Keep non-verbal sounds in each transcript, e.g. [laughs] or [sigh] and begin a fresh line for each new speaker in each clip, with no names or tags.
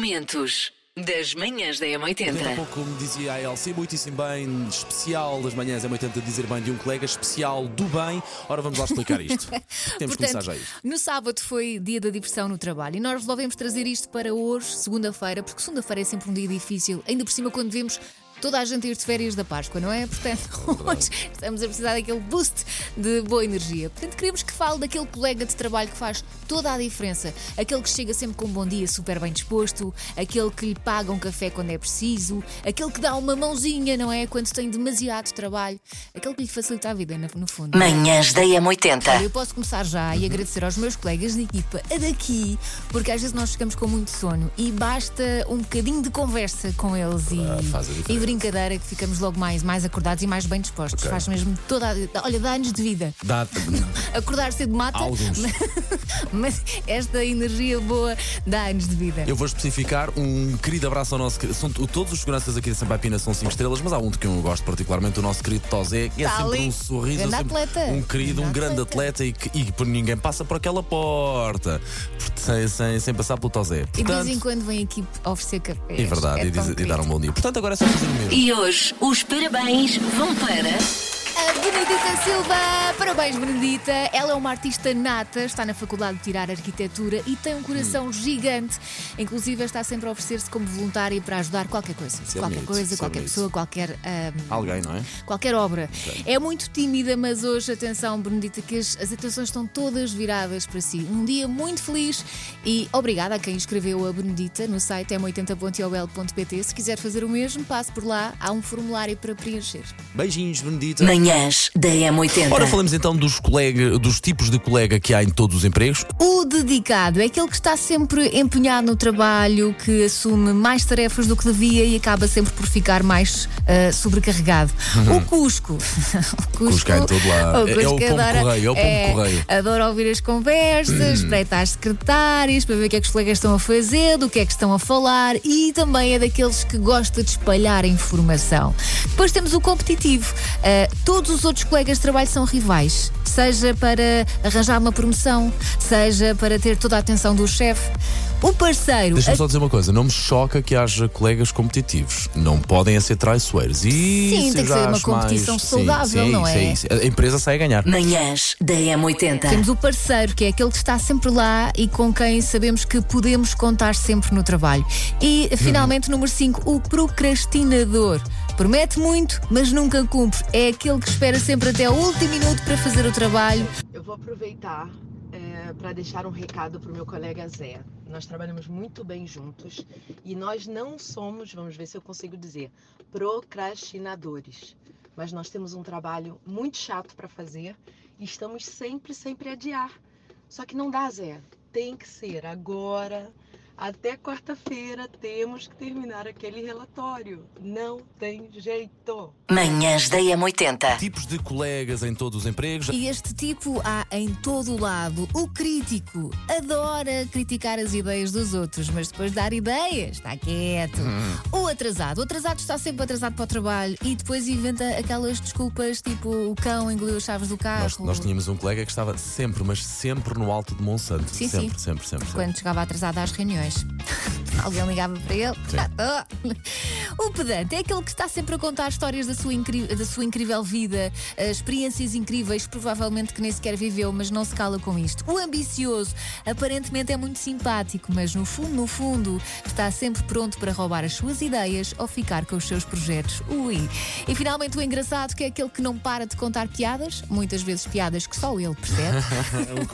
Momentos das manhãs da
Daqui a
M80.
pouco me dizia a Elsie, muitíssimo bem, especial das manhãs, é 80 dizer bem de um colega, especial do bem. Ora, vamos lá explicar
[laughs]
isto. Temos que começar
Portanto,
já isto.
no sábado foi dia da diversão no trabalho e nós resolvemos trazer isto para hoje, segunda-feira, porque segunda-feira é sempre um dia difícil, ainda por cima quando vemos toda a gente ir de férias da Páscoa, não é? [laughs] Portanto, hoje estamos a precisar daquele boost de boa energia. Portanto, queremos que fale daquele colega de trabalho que faz toda a diferença, aquele que chega sempre com um bom dia, super bem disposto, aquele que lhe paga um café quando é preciso, aquele que dá uma mãozinha, não é? Quando tem demasiado trabalho, aquele que lhe facilita a vida, no no fundo.
Manhãs da
Olha,
M80.
Eu posso começar já e agradecer aos meus colegas de equipa a daqui, porque às vezes nós ficamos com muito sono e basta um bocadinho de conversa com eles e,
Ah, faz a diferença.
e brincadeira que ficamos logo mais, mais acordados e mais bem dispostos.
Ok.
Faz mesmo toda a. Olha, dá anos de vida.
Dá,
Acordar cedo mata,
há alguns.
[laughs] mas esta energia boa dá anos de vida.
Eu vou especificar um querido abraço ao nosso. querido- São, todos os seguranças aqui da Sampaipina são 5 estrelas, mas há um de que eu gosto particularmente, o nosso querido Tozé, que é
Está
sempre
Tá ali.
um sorriso, é
Grande
sempre
atleta.
um querido, um
Grande
grande atleta, e, que, e por ninguém passa por aquela porta Portanto, sem, sem, sem passar pelo Tozé.
E de vez
Portanto,
em quando vem aqui oferecer café.
é verdade, e, diz- e dar um bom dia. Portanto, agora é só fazer o mesmo.
E hoje os parabéns vão para.
A Benedita Silva! Parabéns, Benedita! Ela é uma artista nata, está na Faculdade de Tirar Arquitetura e tem um
Hum.
coração gigante. Inclusive, está sempre a oferecer-se como voluntária para ajudar qualquer coisa.
é
qualquer
bonito, isso
coisa,
é
qualquer
bonito.
pessoa, qualquer. ahm,
Alguém, não é?
Qualquer obra. É muito tímida, mas hoje, atenção, Benedita, que as, as atenções estão todas viradas para si. Um dia muito feliz e obrigada a quem escreveu a Benedita no site m80.iol.pt. Se quiser fazer o mesmo, passe por lá, há um formulário para preencher.
Beijinhos, Benedita.
Manhãs da
Ora,
M80.
falamos então dos, colega, dos tipos de colega que há em todos os empregos.
O dedicado é aquele que está sempre empenhado no trabalho, que assume mais tarefas do que devia e acaba sempre por ficar mais ah, sobrecarregado. O Cusco. [laughs] o
Uhum. Cusco é em todo lado. É- é o pombo
adora-
correio, é o pombo correio.
Adora ouvir as conversas, espreitar as secretárias para ver o que é que os colegas estão a fazer, do que é que estão a falar e também é daqueles que gosta de espalhar a informação. Depois temos o competitivo. Ah, todos os outros colegas de trabalho são rivais, seja para arranjar uma promoção, seja para ter toda a atenção do chefe. O parceiro.
Deixa-me só dizer uma coisa: não me choca que haja colegas competitivos. Não podem é ser traiçoeiros. E
Sim, tem que ser uma competição saudável, não é?
A empresa sai a ganhar.
Manhãs da
Temos
M80.
o parceiro, que é aquele que está sempre lá e com quem sabemos que podemos contar sempre no trabalho. E,
Uhum.
finalmente, número 5, o procrastinador. Promete muito, mas nunca cumpre. É aquele que espera sempre até o último minuto para fazer o trabalho.
Eu vou aproveitar para deixar um recado para o meu colega Zé. Nós trabalhamos muito bem juntos e nós não somos, vamos ver se eu consigo dizer, procrastinadores. Mas nós temos um trabalho muito chato para fazer e estamos sempre, sempre a adiar. Só que não dá, Zé. Tem que ser agora. Até quarta-feira temos que terminar aquele relatório. Não tem jeito.
Manhãs da M80.
Tipos de colegas em todos os empregos.
E este tipo há em todo o lado. O crítico adora criticar as ideias dos outros, mas depois de dar ideias, está quieto.
Uhum.
O atrasado. O atrasado está sempre atrasado para o trabalho e depois inventa aquelas desculpas tipo o cão engoliu as chaves do carro.
Nós, nós tínhamos um colega que estava sempre, mas sempre no alto de Monsanto. sempre,
Sim, sim.
sempre, sempre, sempre.
Quando chegava atrasado às reuniões. [laughs] Alguém ligava para ele.
Sim.
Ah, oh. [laughs] O pedante é aquele que está sempre a contar histórias da sua, incri- da sua incrível vida, eh, experiências incríveis, provavelmente que nem sequer viveu, mas não se cala com isto. O ambicioso aparentemente é muito simpático, mas no fundo, no fundo, está sempre pronto para roubar as suas ideias ou ficar com os seus projetos. Ui! E finalmente o engraçado que é aquele que não para de contar piadas, muitas vezes piadas que só ele percebe.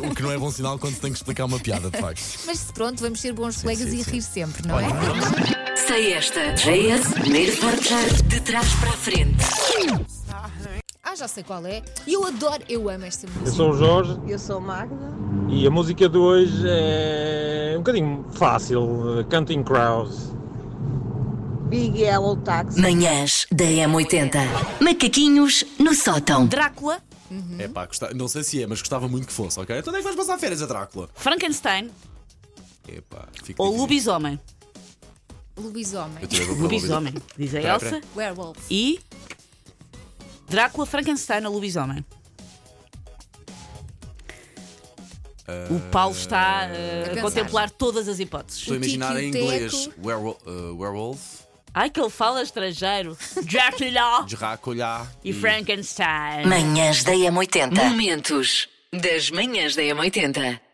[laughs] o, o que não é bom sinal quando se tem que explicar uma piada, de facto.
Mas pronto, vamos ser bons colegas
sim,
e
sim.
rir sempre, não
Olha,
é?
Sei esta. JS, primeiro forjar de trás para a frente.
Ah, já sei qual é. E eu adoro, eu amo esta
Eu
música.
sou o Jorge
Eu sou Magda.
e a música de hoje é um bocadinho fácil, eh, Counting Crows.
Big Yellow Taxi.
Manhãs da M80. Macaquinhos no sótão.
Drácula,
É pá, custa- não sei se é, mas gostava muito que fosse, ok? Então onde é que vais passar férias a Drácula?
Frankenstein
É pá, fica
ou
difícil.
lobisomem?
Lobisomem.
Eu também vou para o
Lobisomem, diz a
Espera,
Elsa.
espera.
Werewolf.
E Drácula, Frankenstein ou lobisomem? O Paulo está eh,
A
a
pensar.
contemplar todas as hipóteses.
Estou a imaginar em
Tiki e o
inglês
Teco.
werewol- eh, werewolf,
Ai, que ele fala estrangeiro.
[laughs]
Dracula
Drácula
e Frankenstein.
Manhãs da M80. Momentos das manhãs da M80.